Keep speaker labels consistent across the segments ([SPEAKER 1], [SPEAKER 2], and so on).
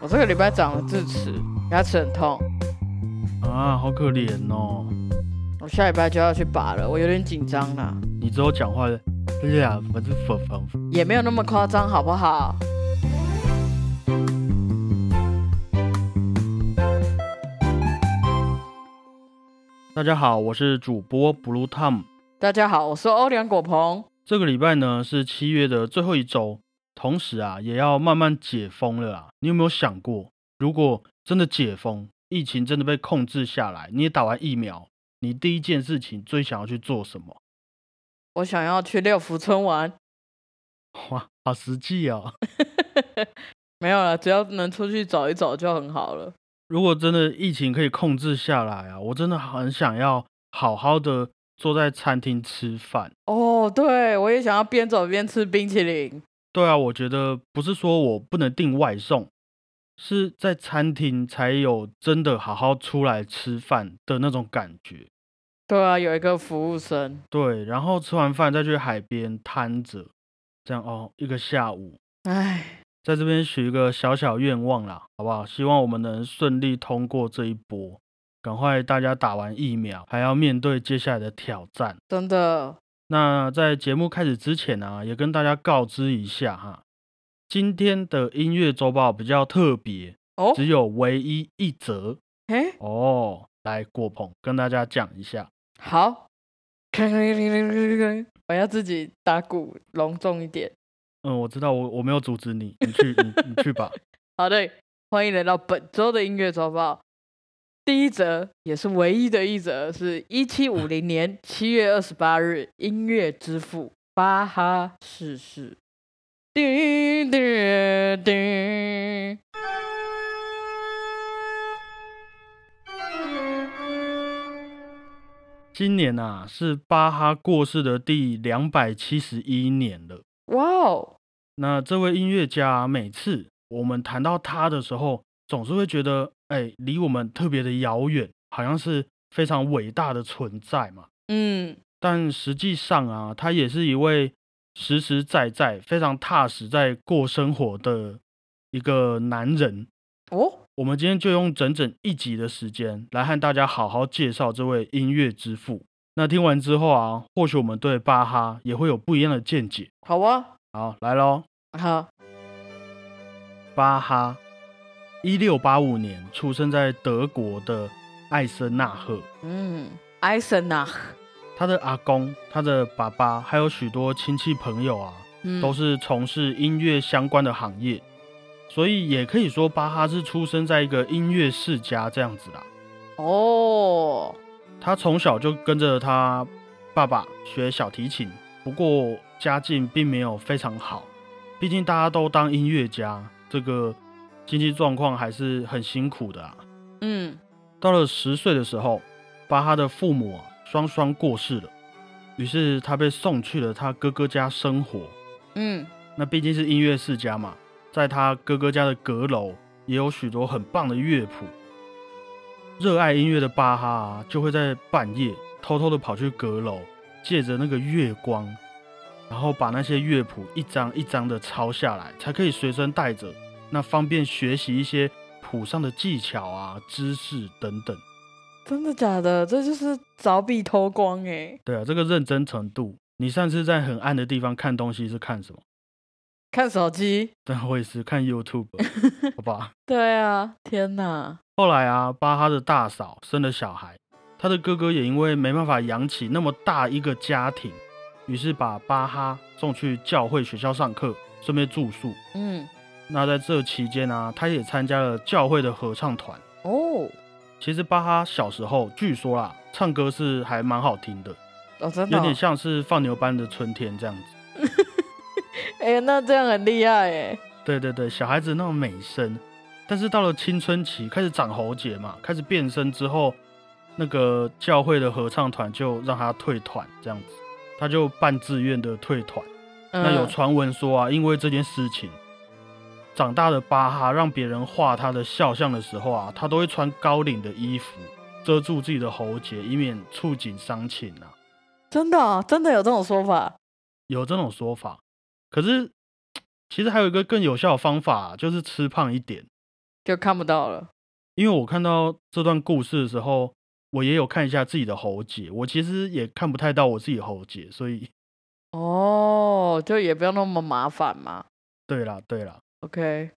[SPEAKER 1] 我这个礼拜长了智齿，牙齿很痛，
[SPEAKER 2] 啊，好可怜哦！
[SPEAKER 1] 我下礼拜就要去拔了，我有点紧张啦，
[SPEAKER 2] 你之后讲话的，这些啊，反正反反
[SPEAKER 1] 也没有那么夸张，好不好？
[SPEAKER 2] 大家好，我是主播 Blue Tom。
[SPEAKER 1] 大家好，我是欧良果鹏，
[SPEAKER 2] 这个礼拜呢是七月的最后一周，同时啊也要慢慢解封了啊。你有没有想过，如果真的解封，疫情真的被控制下来，你也打完疫苗，你第一件事情最想要去做什么？
[SPEAKER 1] 我想要去六福村玩，
[SPEAKER 2] 哇，好实际哦！
[SPEAKER 1] 没有了，只要能出去走一走就很好了。
[SPEAKER 2] 如果真的疫情可以控制下来啊，我真的很想要好好的坐在餐厅吃饭。
[SPEAKER 1] 哦，对，我也想要边走边吃冰淇淋。
[SPEAKER 2] 对啊，我觉得不是说我不能订外送，是在餐厅才有真的好好出来吃饭的那种感觉。
[SPEAKER 1] 对啊，有一个服务生，
[SPEAKER 2] 对，然后吃完饭再去海边摊着，这样哦，一个下午。
[SPEAKER 1] 唉，
[SPEAKER 2] 在这边许一个小小愿望啦，好不好？希望我们能顺利通过这一波，赶快大家打完疫苗，还要面对接下来的挑战。
[SPEAKER 1] 真的，
[SPEAKER 2] 那在节目开始之前呢、也跟大家告知一下哈，今天的音乐周报比较特别，
[SPEAKER 1] 哦，
[SPEAKER 2] 只有唯一一则
[SPEAKER 1] 诶，
[SPEAKER 2] 哦。来，果鹏跟大家讲一下，
[SPEAKER 1] 好， 我要自己打鼓，隆重一点。
[SPEAKER 2] 嗯，我知道，我我没有阻止你，你去，你你去吧。
[SPEAKER 1] 好的，欢迎来到本周的音乐周报。第一则也是唯一的一则，是一七五零年七月二十八日，音乐之父巴哈逝世。叮叮叮！
[SPEAKER 2] 今年啊是巴哈过世的第两百七十一年了。
[SPEAKER 1] 哇哦，
[SPEAKER 2] 那这位音乐家，每次我们谈到他的时候，总是会觉得，哎，离我们特别的遥远，好像是非常伟大的存在嘛。
[SPEAKER 1] 嗯，
[SPEAKER 2] 但实际上啊，他也是一位实实在在、非常踏实在过生活的一个男人。
[SPEAKER 1] 哦，
[SPEAKER 2] 我们今天就用整整一集的时间来和大家好好介绍这位音乐之父。那听完之后啊，或许我们对巴哈也会有不一样的见解。
[SPEAKER 1] 好啊，
[SPEAKER 2] 好，来喽。
[SPEAKER 1] 好，
[SPEAKER 2] 巴哈，一六八五年出生在德国的艾森纳赫。
[SPEAKER 1] 嗯，艾森呐，
[SPEAKER 2] 他的阿公、他的爸爸，还有许多亲戚朋友啊，
[SPEAKER 1] 嗯
[SPEAKER 2] 都是从事音乐相关的行业，所以也可以说巴哈是出生在一个音乐世家这样子啦。
[SPEAKER 1] 哦，
[SPEAKER 2] 他从小就跟着他爸爸学小提琴，不过家境并没有非常好，毕竟大家都当音乐家，这个经济状况还是很辛苦的啊。
[SPEAKER 1] 嗯，
[SPEAKER 2] 到了十岁的时候，巴哈的父母啊双双过世了，于是他被送去了他哥哥家生活。
[SPEAKER 1] 嗯，
[SPEAKER 2] 那毕竟是音乐世家嘛，在他哥哥家的阁楼也有许多很棒的乐谱。热爱音乐的巴哈、啊、就会在半夜偷偷的跑去阁楼，借着那个月光，然后把那些乐谱一张一张的抄下来，才可以随身带着，那方便学习一些谱上的技巧啊、知识等等。
[SPEAKER 1] 真的假的？这就是凿壁偷光欸诶，
[SPEAKER 2] 对啊，这个认真程度，你上次在很暗的地方看东西是看什么？
[SPEAKER 1] 看手机。
[SPEAKER 2] 但我也是看 YouTube，好吧。
[SPEAKER 1] 对啊，天哪！
[SPEAKER 2] 后来啊，巴哈的大嫂生了小孩，他的哥哥也因为没办法养起那么大一个家庭，于是把巴哈送去教会学校上课，顺便住宿。
[SPEAKER 1] 嗯，
[SPEAKER 2] 那在这期间啊，他也参加了教会的合唱团。
[SPEAKER 1] 哦，
[SPEAKER 2] 其实巴哈小时候据说啦，唱歌是还蛮好听的，
[SPEAKER 1] 哦，真的、哦
[SPEAKER 2] 有点，像是放牛班的春天这样子。
[SPEAKER 1] 哎、那这样很厉害哎，
[SPEAKER 2] 对对对，小孩子那种美声，但是到了青春期开始长喉结嘛，开始变声之后，那个教会的合唱团就让他退团，这样子，他就半自愿的退团。
[SPEAKER 1] 嗯、
[SPEAKER 2] 那有传闻说啊，因为这件事情，长大的巴哈让别人画他的肖像的时候啊，他都会穿高领的衣服遮住自己的喉结，以免触景伤情啊。
[SPEAKER 1] 真的、哦，真的有这种说法
[SPEAKER 2] 有这种说法。可是其实还有一个更有效的方法，就是吃胖一点。
[SPEAKER 1] 就看不到了。
[SPEAKER 2] 因为我看到这段故事的时候，我也有看一下自己的喉结，我其实也看不太到我自己喉结，所以
[SPEAKER 1] 哦，就也不用那么麻烦嘛。
[SPEAKER 2] 对啦对啦。
[SPEAKER 1] OK，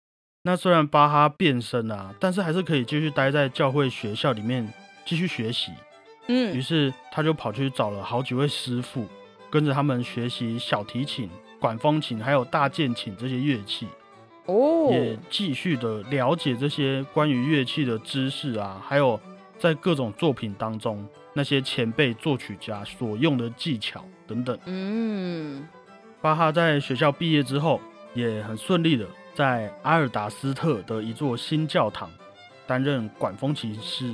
[SPEAKER 2] 那虽然巴哈变身啊，但是还是可以继续待在教会学校里面继续学习。于
[SPEAKER 1] 嗯，
[SPEAKER 2] 是他就跑去找了好几位师傅，跟着他们学习小提琴、管风琴还有大键琴这些乐器，
[SPEAKER 1] 哦，
[SPEAKER 2] 也继续的了解这些关于乐器的知识啊，还有在各种作品当中那些前辈作曲家所用的技巧等等。
[SPEAKER 1] 嗯，
[SPEAKER 2] 巴哈在学校毕业之后，也很顺利的在阿尔达斯特的一座新教堂担任管风琴师。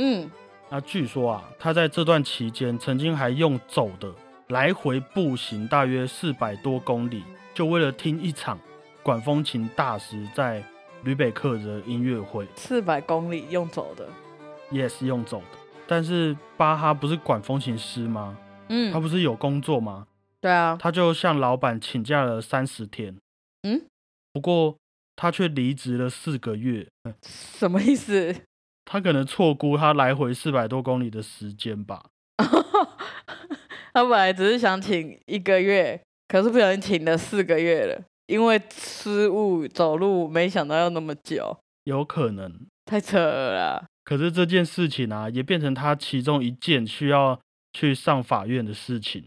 [SPEAKER 1] 嗯，
[SPEAKER 2] 那据说啊，他在这段期间曾经还用走的来回步行大约四百多公里，就为了听一场管风琴大师在吕北克的音乐会。
[SPEAKER 1] 四百公里用走的，
[SPEAKER 2] Yes，用走的。但是巴哈不是管风琴师吗？他
[SPEAKER 1] 嗯，
[SPEAKER 2] 不是有工作吗？
[SPEAKER 1] 对啊，
[SPEAKER 2] 他就向老板请假了三十天。
[SPEAKER 1] 嗯，
[SPEAKER 2] 不过他却离职了四个月。
[SPEAKER 1] 什么意思？
[SPEAKER 2] 他可能错估他来回四百多公里的时间吧。
[SPEAKER 1] 他本来只是想请一个月，可是不小心请了四个月了，因为失误走路，没想到要那么久，
[SPEAKER 2] 有可能。
[SPEAKER 1] 太扯了啦。
[SPEAKER 2] 可是这件事情啊，也变成他其中一件需要去上法院的事情。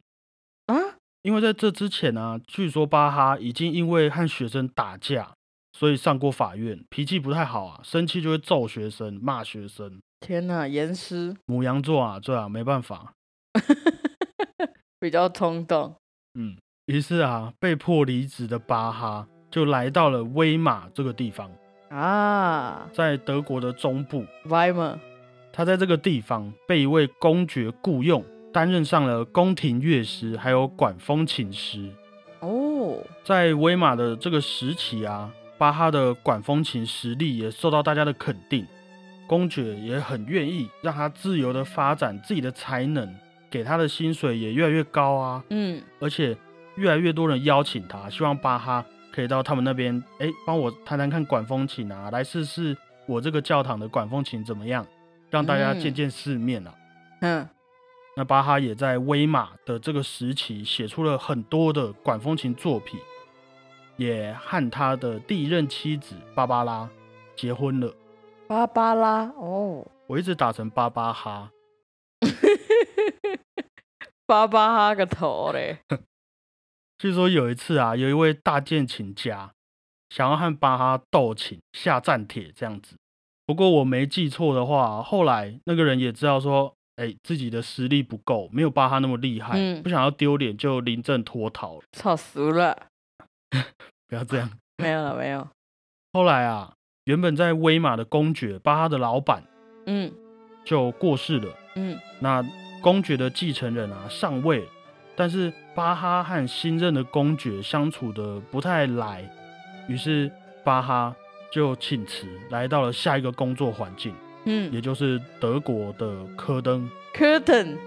[SPEAKER 1] 啊，
[SPEAKER 2] 因为在这之前啊，据说巴哈已经因为和学生打架，所以上过法院，脾气不太好啊，生气就会揍学生、骂学生。
[SPEAKER 1] 天哪，严师
[SPEAKER 2] 母羊座啊，这啊没办法。
[SPEAKER 1] 比较冲动，
[SPEAKER 2] 嗯，于是啊，被迫离职的巴哈就来到了威马这个地方，
[SPEAKER 1] 啊
[SPEAKER 2] 在德国的中部。
[SPEAKER 1] ，Weimer，
[SPEAKER 2] 他在这个地方被一位公爵雇佣，担任上了宫廷乐师，还有管风琴师。
[SPEAKER 1] 哦，
[SPEAKER 2] 在威马的这个时期啊，巴哈的管风琴实力也受到大家的肯定，公爵也很愿意让他自由的发展自己的才能，给他的薪水也越来越高啊，
[SPEAKER 1] 嗯，
[SPEAKER 2] 而且越来越多人邀请他，希望巴哈可以到他们那边，哎，帮我弹弹看管风琴啊，来试试我这个教堂的管风琴怎么样，让大家
[SPEAKER 1] 嗯
[SPEAKER 2] 见见世面啊。
[SPEAKER 1] 哼，
[SPEAKER 2] 那巴哈也在威马的这个时期写出了很多的管风琴作品，也和他的第一任妻子芭芭拉结婚了。
[SPEAKER 1] 芭芭拉，哦，
[SPEAKER 2] 我一直打成芭芭哈，
[SPEAKER 1] 芭芭哈个头嘞，
[SPEAKER 2] 据说有一次啊，有一位大键琴家想要和巴哈斗琴下战帖这样子。不过我没记错的话，后来那个人也知道说，哎、自己的实力不够，没有巴哈那么厉害，
[SPEAKER 1] 嗯
[SPEAKER 2] 不想要丢脸，就临阵脱逃了。
[SPEAKER 1] 操熟了，
[SPEAKER 2] 不要这样。
[SPEAKER 1] 没有了，没有，
[SPEAKER 2] 后来啊，原本在威马的公爵巴哈的老板
[SPEAKER 1] 嗯
[SPEAKER 2] 就过世了。
[SPEAKER 1] 嗯，
[SPEAKER 2] 那公爵的继承人啊上位，但是巴哈和新任的公爵相处的不太来，于是巴哈就请辞，来到了下一个工作环境，
[SPEAKER 1] 嗯
[SPEAKER 2] 也就是德国的科登。
[SPEAKER 1] ，Curtain，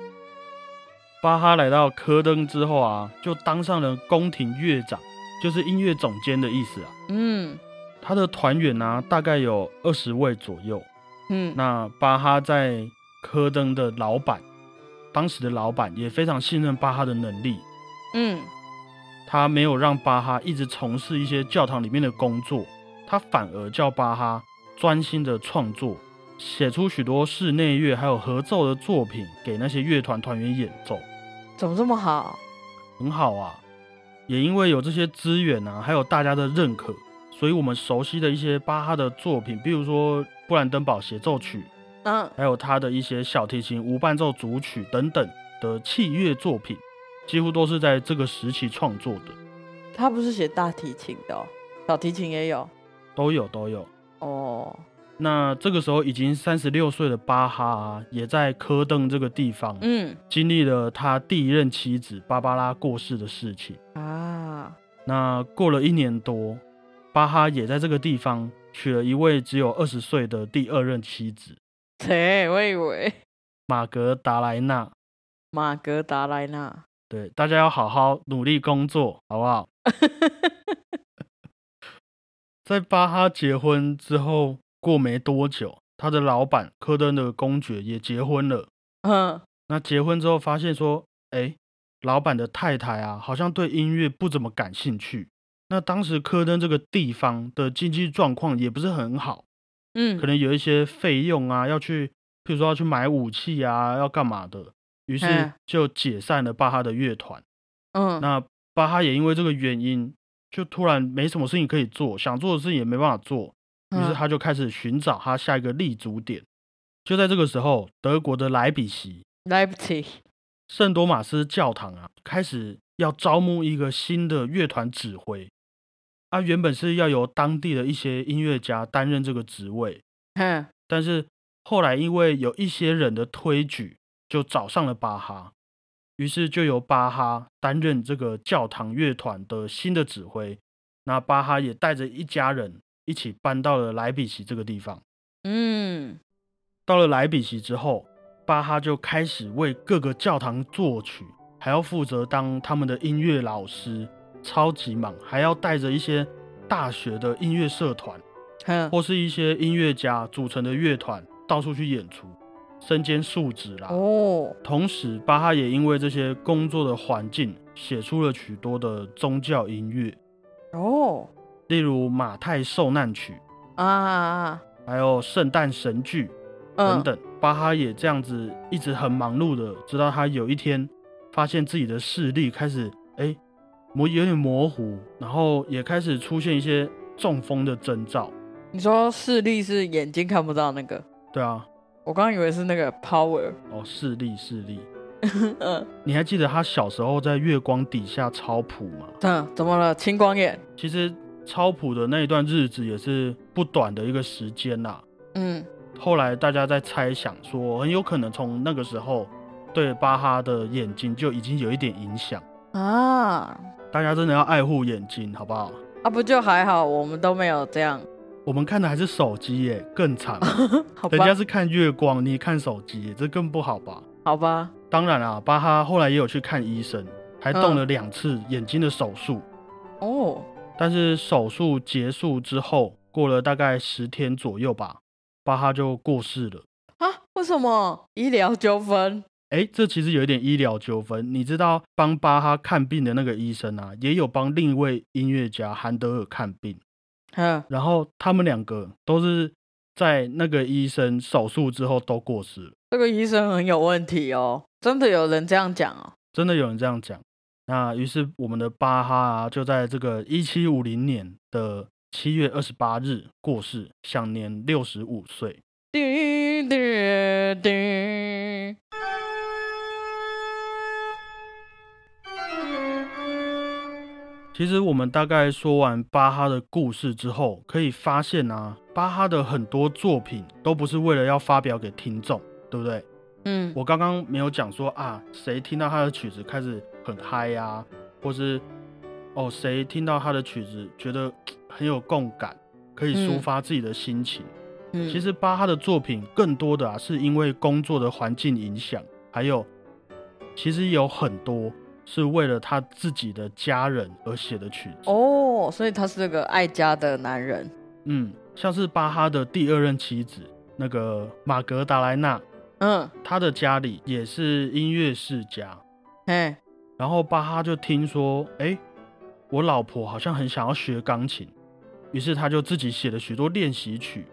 [SPEAKER 2] 巴哈来到科登之后啊，就当上了宫廷乐长，就是音乐总监的意思啊。
[SPEAKER 1] 嗯
[SPEAKER 2] 他的团员啊，大概有二十位左右。
[SPEAKER 1] 嗯，
[SPEAKER 2] 那巴哈在科登的老板，当时的老板也非常信任巴哈的能力，
[SPEAKER 1] 嗯
[SPEAKER 2] 他没有让巴哈一直从事一些教堂里面的工作，他反而叫巴哈专心的创作，写出许多室内乐还有合奏的作品给那些乐团团员演奏，
[SPEAKER 1] 怎么这么好？
[SPEAKER 2] 很好啊。也因为有这些资源啊，还有大家的认可，所以我们熟悉的一些巴哈的作品，比如说布兰登堡协奏曲，
[SPEAKER 1] 嗯
[SPEAKER 2] 还有他的一些小提琴无伴奏组曲等等的器乐作品，几乎都是在这个时期创作的，
[SPEAKER 1] 他不是写大提琴的、哦，小提琴也有
[SPEAKER 2] 都有都有。
[SPEAKER 1] 哦。
[SPEAKER 2] 那这个时候已经三十六岁的巴哈、啊，也在科登这个地方、
[SPEAKER 1] 嗯
[SPEAKER 2] 经历了他第一任妻子芭芭拉过世的事情。
[SPEAKER 1] 啊，
[SPEAKER 2] 那过了一年多，巴哈也在这个地方娶了一位只有二十岁的第二任妻子
[SPEAKER 1] 谁？我以为
[SPEAKER 2] 玛格达莱娜。
[SPEAKER 1] 马格达莱纳。
[SPEAKER 2] 对，大家要好好努力工作，好不好？在巴哈结婚之后，过没多久，他的老板科登的公爵也结婚了。
[SPEAKER 1] 嗯，
[SPEAKER 2] 那结婚之后发现说，哎，老板的太太啊，好像对音乐不怎么感兴趣。那当时科登这个地方的经济状况也不是很好，
[SPEAKER 1] 嗯，
[SPEAKER 2] 可能有一些费用啊，要去，譬如说要去买武器啊，要干嘛的。于是
[SPEAKER 1] 嗯
[SPEAKER 2] 就解散了巴哈的乐团。
[SPEAKER 1] 嗯，
[SPEAKER 2] 那巴哈也因为这个原因，就突然没什么事情可以做，想做的事情也没办法做，于是
[SPEAKER 1] 嗯
[SPEAKER 2] 他就开始寻找他下一个立足点。就在这个时候，德国的莱比锡
[SPEAKER 1] 来不及，
[SPEAKER 2] 圣多马斯教堂啊，开始要招募一个新的乐团指挥。啊，原本是要由当地的一些音乐家担任这个职位，
[SPEAKER 1] 嗯
[SPEAKER 2] 但是后来因为有一些人的推举，就找上了巴哈，于是就由巴哈担任这个教堂乐团的新的指挥。那巴哈也带着一家人一起搬到了莱比锡这个地方。
[SPEAKER 1] 嗯
[SPEAKER 2] 到了莱比锡之后，巴哈就开始为各个教堂作曲，还要负责当他们的音乐老师，超级忙，还要带着一些大学的音乐社团
[SPEAKER 1] 哼，
[SPEAKER 2] 或是一些音乐家组成的乐团到处去演出，身兼数职啦。
[SPEAKER 1] 哦，
[SPEAKER 2] 同时，巴哈也因为这些工作的环境，写出了许多的宗教音乐，
[SPEAKER 1] 哦，
[SPEAKER 2] 例如《马太受难曲
[SPEAKER 1] 啊啊，》，
[SPEAKER 2] 还有《圣诞神剧》
[SPEAKER 1] 啊
[SPEAKER 2] 等
[SPEAKER 1] 嗯，
[SPEAKER 2] 等。巴哈也这样子一直很忙碌的，直到他有一天发现自己的视力开始哎模有点模糊，然后也开始出现一些中风的征兆。
[SPEAKER 1] 你说视力是眼睛看不到那个，
[SPEAKER 2] 对啊，
[SPEAKER 1] 我刚以为是那个 power，
[SPEAKER 2] 哦，视力视力。
[SPEAKER 1] 嗯
[SPEAKER 2] 你还记得他小时候在月光底下超谱吗？
[SPEAKER 1] 嗯，怎么了？青光眼，
[SPEAKER 2] 其实超谱的那一段日子也是不短的一个时间啦、
[SPEAKER 1] 嗯
[SPEAKER 2] 后来大家在猜想说，很有可能从那个时候对巴哈的眼睛就已经有一点影响。
[SPEAKER 1] 啊，
[SPEAKER 2] 大家真的要爱护眼睛，好不好？
[SPEAKER 1] 啊不就还好，我们都没有这样，
[SPEAKER 2] 我们看的还是手机耶，更惨。啊
[SPEAKER 1] 好吧
[SPEAKER 2] 人，家是看月光，你看手机耶，这更不好吧？
[SPEAKER 1] 好吧，
[SPEAKER 2] 当然啊，巴哈后来也有去看医生，还动
[SPEAKER 1] 嗯
[SPEAKER 2] 了两次眼睛的手术。
[SPEAKER 1] 哦，
[SPEAKER 2] 但是手术结束之后，过了大概十天左右吧，巴哈就过世了。
[SPEAKER 1] 啊，为什么医疗纠纷？
[SPEAKER 2] 哎，这其实有一点医疗纠纷。你知道帮巴哈看病的那个医生啊，也有帮另一位音乐家韩德尔看病，
[SPEAKER 1] 嗯，
[SPEAKER 2] 然后他们两个都是在那个医生手术之后都过世了。
[SPEAKER 1] 这个医生很有问题哦，真的有人这样讲哦。
[SPEAKER 2] 真的有人这样讲。那于是我们的巴哈啊，就在这个一七五零年的七月二十八日过世，享年六十五岁。
[SPEAKER 1] 叮叮叮，
[SPEAKER 2] 其实我们大概说完巴哈的故事之后，可以发现啊，巴哈的很多作品都不是为了要发表给听众，对不对？
[SPEAKER 1] 嗯，
[SPEAKER 2] 我刚刚没有讲说啊，谁听到他的曲子开始很嗨呀、啊，或是哦谁听到他的曲子觉得很有共感，可以抒
[SPEAKER 1] 嗯
[SPEAKER 2] 发自己的心情。
[SPEAKER 1] 嗯
[SPEAKER 2] 其实巴哈的作品更多的啊，是因为工作的环境影响，还有其实有很多是为了他自己的家人而写的曲子。
[SPEAKER 1] 哦，所以他是个爱家的男人。
[SPEAKER 2] 嗯，像是巴哈的第二任妻子那个玛格达莱娜，
[SPEAKER 1] 嗯，
[SPEAKER 2] 她的家里也是音乐世家，
[SPEAKER 1] 嘿，
[SPEAKER 2] 然后巴哈就听说，哎，我老婆好像很想要学钢琴，于是他就自己写了许多练习曲，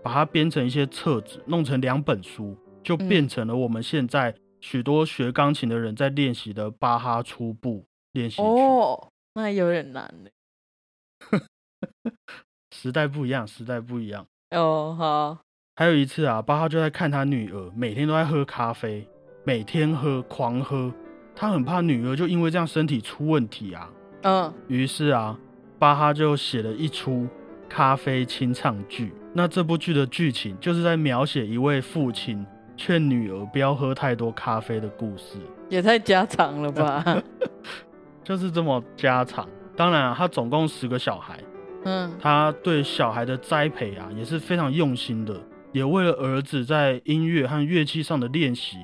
[SPEAKER 2] 把它编成一些册子，弄成两本书，就
[SPEAKER 1] 嗯
[SPEAKER 2] 变成了我们现在许多学钢琴的人在练习的巴哈初步练习曲。
[SPEAKER 1] 哦，那有点难呢。
[SPEAKER 2] 时代不一样，时代不一样。
[SPEAKER 1] 哦，好，
[SPEAKER 2] 还有一次啊，巴哈就在看他女儿，每天都在喝咖啡，每天喝，狂喝。他很怕女儿就因为这样身体出问题啊。
[SPEAKER 1] 嗯，
[SPEAKER 2] 于是啊，巴哈就写了一出咖啡清唱剧。那这部剧的剧情就是在描写一位父亲劝女儿不要喝太多咖啡的故事，
[SPEAKER 1] 也太家常了 吧？
[SPEAKER 2] 就是这么家常。当然、啊，他总共十个小孩，
[SPEAKER 1] 嗯
[SPEAKER 2] 他对小孩的栽培啊也是非常用心的，也为了儿子在音乐和乐器上的练习，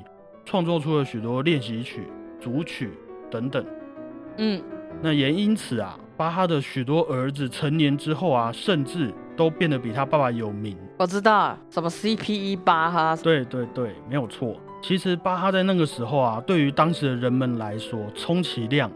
[SPEAKER 2] 创作出了许多练习曲、组曲等等。
[SPEAKER 1] 嗯，
[SPEAKER 2] 那也因此啊，巴哈的许多儿子成年之后啊，甚至都变得比他爸爸有名。
[SPEAKER 1] 我知道什么 CPE 巴哈，
[SPEAKER 2] 对对对，没有错。其实巴哈在那个时候啊，对于当时的人们来说，充其量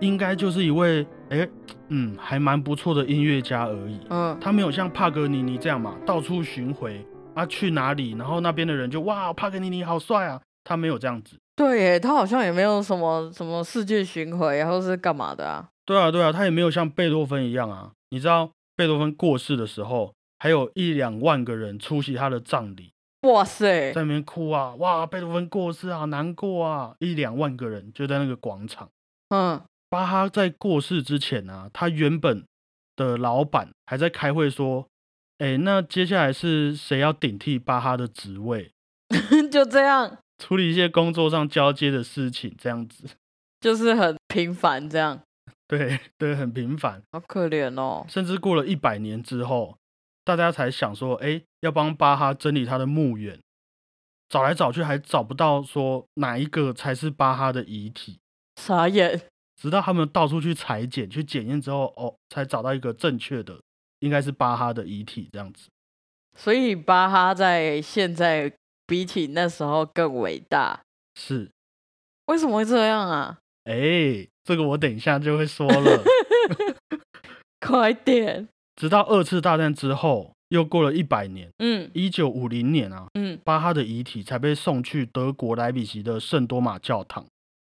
[SPEAKER 2] 应该就是一位哎，嗯，还蛮不错的音乐家而已。
[SPEAKER 1] 嗯，
[SPEAKER 2] 他没有像帕格尼尼这样嘛，到处巡回啊，去哪里，然后那边的人就哇，帕格尼尼好帅啊，他没有这样子。
[SPEAKER 1] 对耶，他好像也没有什么什么世界巡回啊，或是干嘛的啊。
[SPEAKER 2] 对啊，对啊，他也没有像贝多芬一样啊。你知道贝多芬过世的时候，还有一两万个人出席他的葬礼，
[SPEAKER 1] 哇塞，
[SPEAKER 2] 在那边哭啊，哇，贝多芬过世啊，难过啊，一两万个人就在那个广场。
[SPEAKER 1] 嗯，
[SPEAKER 2] 巴哈在过世之前啊，他原本的老板还在开会说，哎，那接下来是谁要顶替巴哈的职位，
[SPEAKER 1] 就这样，
[SPEAKER 2] 处理一些工作上交接的事情，这样子。
[SPEAKER 1] 就是很平凡这样，
[SPEAKER 2] 对对，很频繁。
[SPEAKER 1] 好可怜哦。
[SPEAKER 2] 甚至过了一百年之后，大家才想说，哎，要帮巴哈整理他的墓园，找来找去还找不到说哪一个才是巴哈的遗体，
[SPEAKER 1] 傻眼，
[SPEAKER 2] 直到他们到处去裁剪、去检验之后，哦，才找到一个正确的，应该是巴哈的遗体这样子。
[SPEAKER 1] 所以巴哈在现在比起那时候更伟大，
[SPEAKER 2] 是，
[SPEAKER 1] 为什么会这样啊？
[SPEAKER 2] 哎，这个我等一下就会说了。
[SPEAKER 1] 快点，
[SPEAKER 2] 直到二次大战之后，又过了一百年，
[SPEAKER 1] 嗯
[SPEAKER 2] 一九五零年啊，
[SPEAKER 1] 嗯
[SPEAKER 2] 巴哈的遗体才被送去德国莱比锡的圣多玛教堂。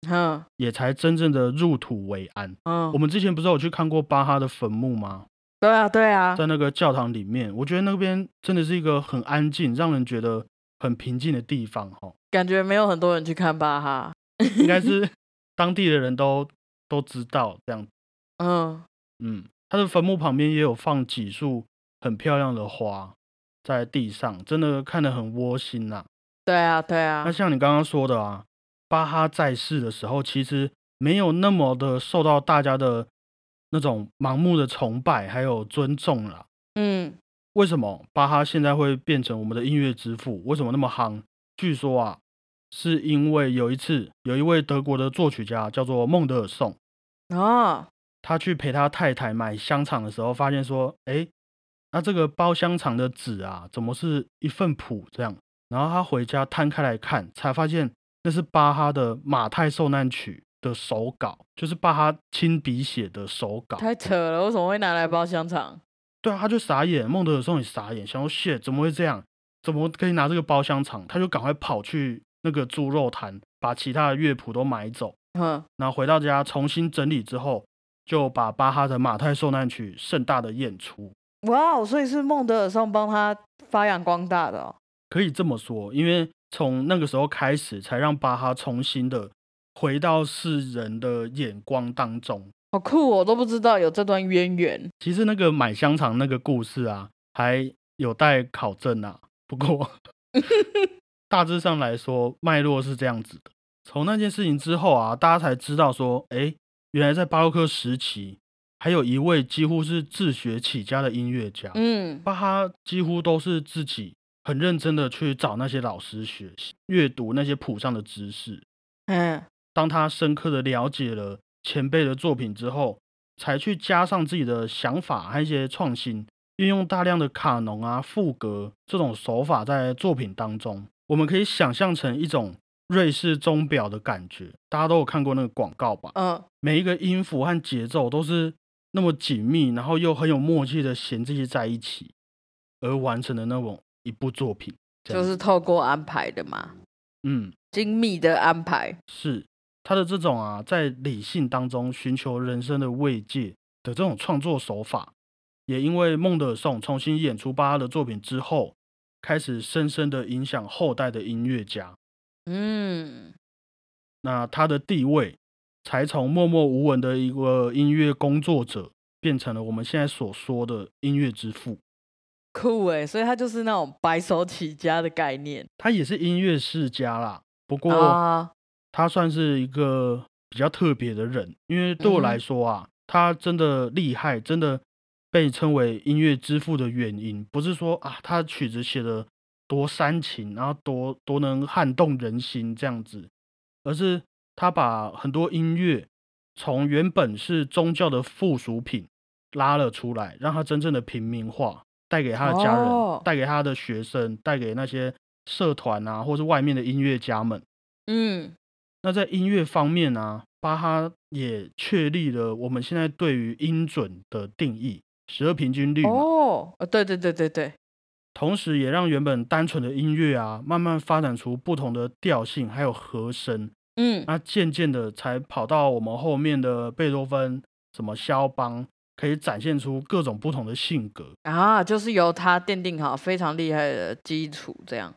[SPEAKER 1] 嗯
[SPEAKER 2] 也才真正的入土为安。我
[SPEAKER 1] 嗯，
[SPEAKER 2] 们之前不是有去看过巴哈的坟墓吗？
[SPEAKER 1] 对啊对啊，
[SPEAKER 2] 在那个教堂里面，我觉得那边真的是一个很安静，让人觉得很平静的地方哦。
[SPEAKER 1] 感觉没有很多人去看巴哈，
[SPEAKER 2] 应该是当地的人都都知道这样。
[SPEAKER 1] 嗯，
[SPEAKER 2] 嗯，他的坟墓旁边也有放几束很漂亮的花在地上，真的看得很窝心呐、
[SPEAKER 1] 对啊对啊
[SPEAKER 2] 那，像你刚刚说的啊，巴哈在世的时候，其实没有那么的受到大家的那种盲目的崇拜还有尊重啦。
[SPEAKER 1] 嗯，
[SPEAKER 2] 为什么巴哈现在会变成我们的音乐之父？为什么那么夯？据说啊，是因为有一次有一位德国的作曲家叫做孟德尔颂，
[SPEAKER 1] 哦，
[SPEAKER 2] 他去陪他太太买香肠的时候，发现说，哎，那这个包香肠的纸啊，怎么是一份谱这样？然后他回家摊开来看，才发现那是巴哈的《马太受难曲》的手稿，就是巴哈亲笔写的手稿。
[SPEAKER 1] 太扯了，为什么会拿来包香肠？
[SPEAKER 2] 对啊，他就傻眼，孟德尔松也傻眼，想说 shit 怎么会这样？怎么可以拿这个包香肠？他就赶快跑去那个猪肉摊，把其他的乐谱都买走。
[SPEAKER 1] 嗯，
[SPEAKER 2] 然后回到家重新整理之后，就把巴哈的《马太受难曲》盛大的演出，
[SPEAKER 1] 哇哦，所以是孟德尔颂帮他发扬光大的哦。
[SPEAKER 2] 可以这么说，因为从那个时候开始，才让巴哈重新的回到世人的眼光当中。
[SPEAKER 1] 好酷、哦，我都不知道有这段渊源。
[SPEAKER 2] 其实那个买香肠那个故事啊，还有待考证啊。不过大致上来说，脉络是这样子的。从那件事情之后啊，大家才知道说，哎，原来在巴洛克时期，还有一位几乎是自学起家的音乐家。
[SPEAKER 1] 嗯，
[SPEAKER 2] 巴哈几乎都是自己很认真的去找那些老师学习，阅读那些谱上的知识。
[SPEAKER 1] 嗯，
[SPEAKER 2] 当他深刻的了解了前辈的作品之后，才去加上自己的想法和一些创新，运用大量的卡农啊、赋格这种手法在作品当中，我们可以想象成一种瑞士钟表的感觉。大家都有看过那个广告吧？
[SPEAKER 1] 嗯，
[SPEAKER 2] 每一个音符和节奏都是那么紧密，然后又很有默契的衔接在一起，而完成的那种一部作品。这样
[SPEAKER 1] 就是透过安排的嘛，
[SPEAKER 2] 嗯，
[SPEAKER 1] 精密的安排。
[SPEAKER 2] 是他的这种啊，在理性当中寻求人生的慰藉的这种创作手法，也因为孟德尔颂重新演出巴哈的作品之后，开始深深的影响后代的音乐家。
[SPEAKER 1] 嗯，
[SPEAKER 2] 那他的地位才从默默无闻的一个音乐工作者，变成了我们现在所说的音乐之父。
[SPEAKER 1] 酷诶，所以他就是那种白手起家的概念
[SPEAKER 2] 他也是音乐世家啦，不过
[SPEAKER 1] 啊。
[SPEAKER 2] 他算是一个比较特别的人，因为对我来
[SPEAKER 1] 嗯
[SPEAKER 2] 说啊，他真的厉害，真的被称为音乐之父的原因，不是说啊他曲子写的多煽情，然后多多能撼动人心这样子，而是他把很多音乐从原本是宗教的附属品拉了出来，让它真正的平民化，带给他的家人，
[SPEAKER 1] 哦
[SPEAKER 2] 带给他的学生，带给那些社团啊，或是外面的音乐家们。
[SPEAKER 1] 嗯，
[SPEAKER 2] 那在音乐方面啊，巴哈也确立了我们现在对于音准的定义，十二平均律嘛，
[SPEAKER 1] 哦，呃对对对对对，
[SPEAKER 2] 同时也让原本单纯的音乐啊，慢慢发展出不同的调性，还有和声，
[SPEAKER 1] 嗯，
[SPEAKER 2] 那渐渐的才跑到我们后面的贝多芬、什么肖邦，可以展现出各种不同的性格。
[SPEAKER 1] 啊，就是由他奠定好非常厉害的基础，这样。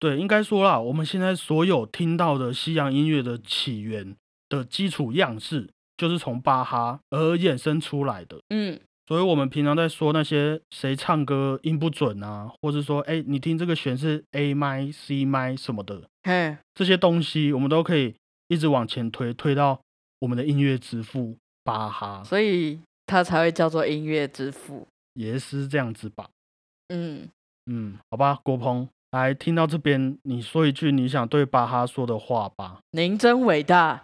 [SPEAKER 2] 对，应该说啦，我们现在所有听到的西洋音乐的起源的基础样式，就是从巴哈而衍生出来的。
[SPEAKER 1] 嗯，
[SPEAKER 2] 所以我们平常在说那些谁唱歌音不准啊，或是说，哎，你听这个弦是 A 麦、C 麦什么的，
[SPEAKER 1] 嘿，
[SPEAKER 2] 这些东西我们都可以一直往前推，推到我们的音乐之父巴哈，
[SPEAKER 1] 所以他才会叫做音乐之父。
[SPEAKER 2] 也是这样子吧？
[SPEAKER 1] 嗯，
[SPEAKER 2] 嗯，好吧，郭鹏，来听到这边，你说一句你想对巴哈说的话吧。
[SPEAKER 1] 您真伟大。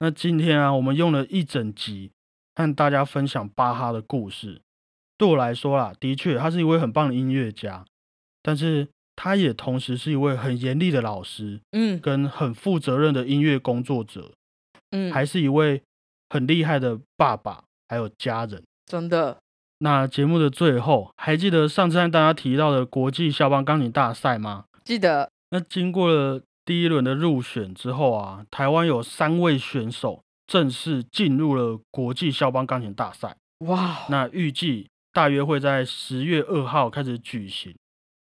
[SPEAKER 2] 那今天啊，我们用了一整集和大家分享巴哈的故事。对我来说啦，的确他是一位很棒的音乐家，但是他也同时是一位很严厉的老师，
[SPEAKER 1] 嗯
[SPEAKER 2] 跟很负责任的音乐工作者，
[SPEAKER 1] 嗯，
[SPEAKER 2] 还是一位很厉害的爸爸，还有家人。
[SPEAKER 1] 真的，
[SPEAKER 2] 那节目的最后，还记得上次和大家提到的国际肖邦钢琴大赛吗？
[SPEAKER 1] 记得
[SPEAKER 2] 那经过了第一轮的入选之后啊，台湾有三位选手正式进入了国际肖邦钢琴大赛。
[SPEAKER 1] 哇
[SPEAKER 2] 那预计大约会在十月二号开始举行，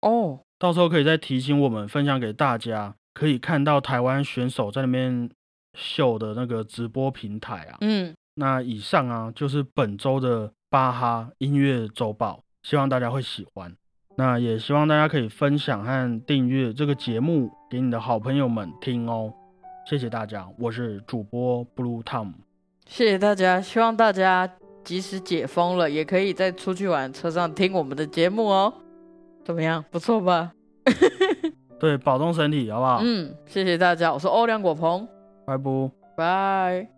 [SPEAKER 1] 哦，
[SPEAKER 2] 到时候可以再提醒我们分享给大家，可以看到台湾选手在那边秀的那个直播平台啊。
[SPEAKER 1] 嗯，
[SPEAKER 2] 那以上啊，就是本周的巴哈音乐周报，希望大家会喜欢。那也希望大家可以分享和订阅这个节目给你的好朋友们听哦。谢谢大家，我是主播 Blue Tom。
[SPEAKER 1] 谢谢大家，希望大家即使解封了，也可以在出去玩车上听我们的节目哦。怎么样，不错吧？嗯
[SPEAKER 2] 对，保重身体，好不好？
[SPEAKER 1] 嗯，谢谢大家，我是欧良果鹏，
[SPEAKER 2] 拜拜。
[SPEAKER 1] 拜。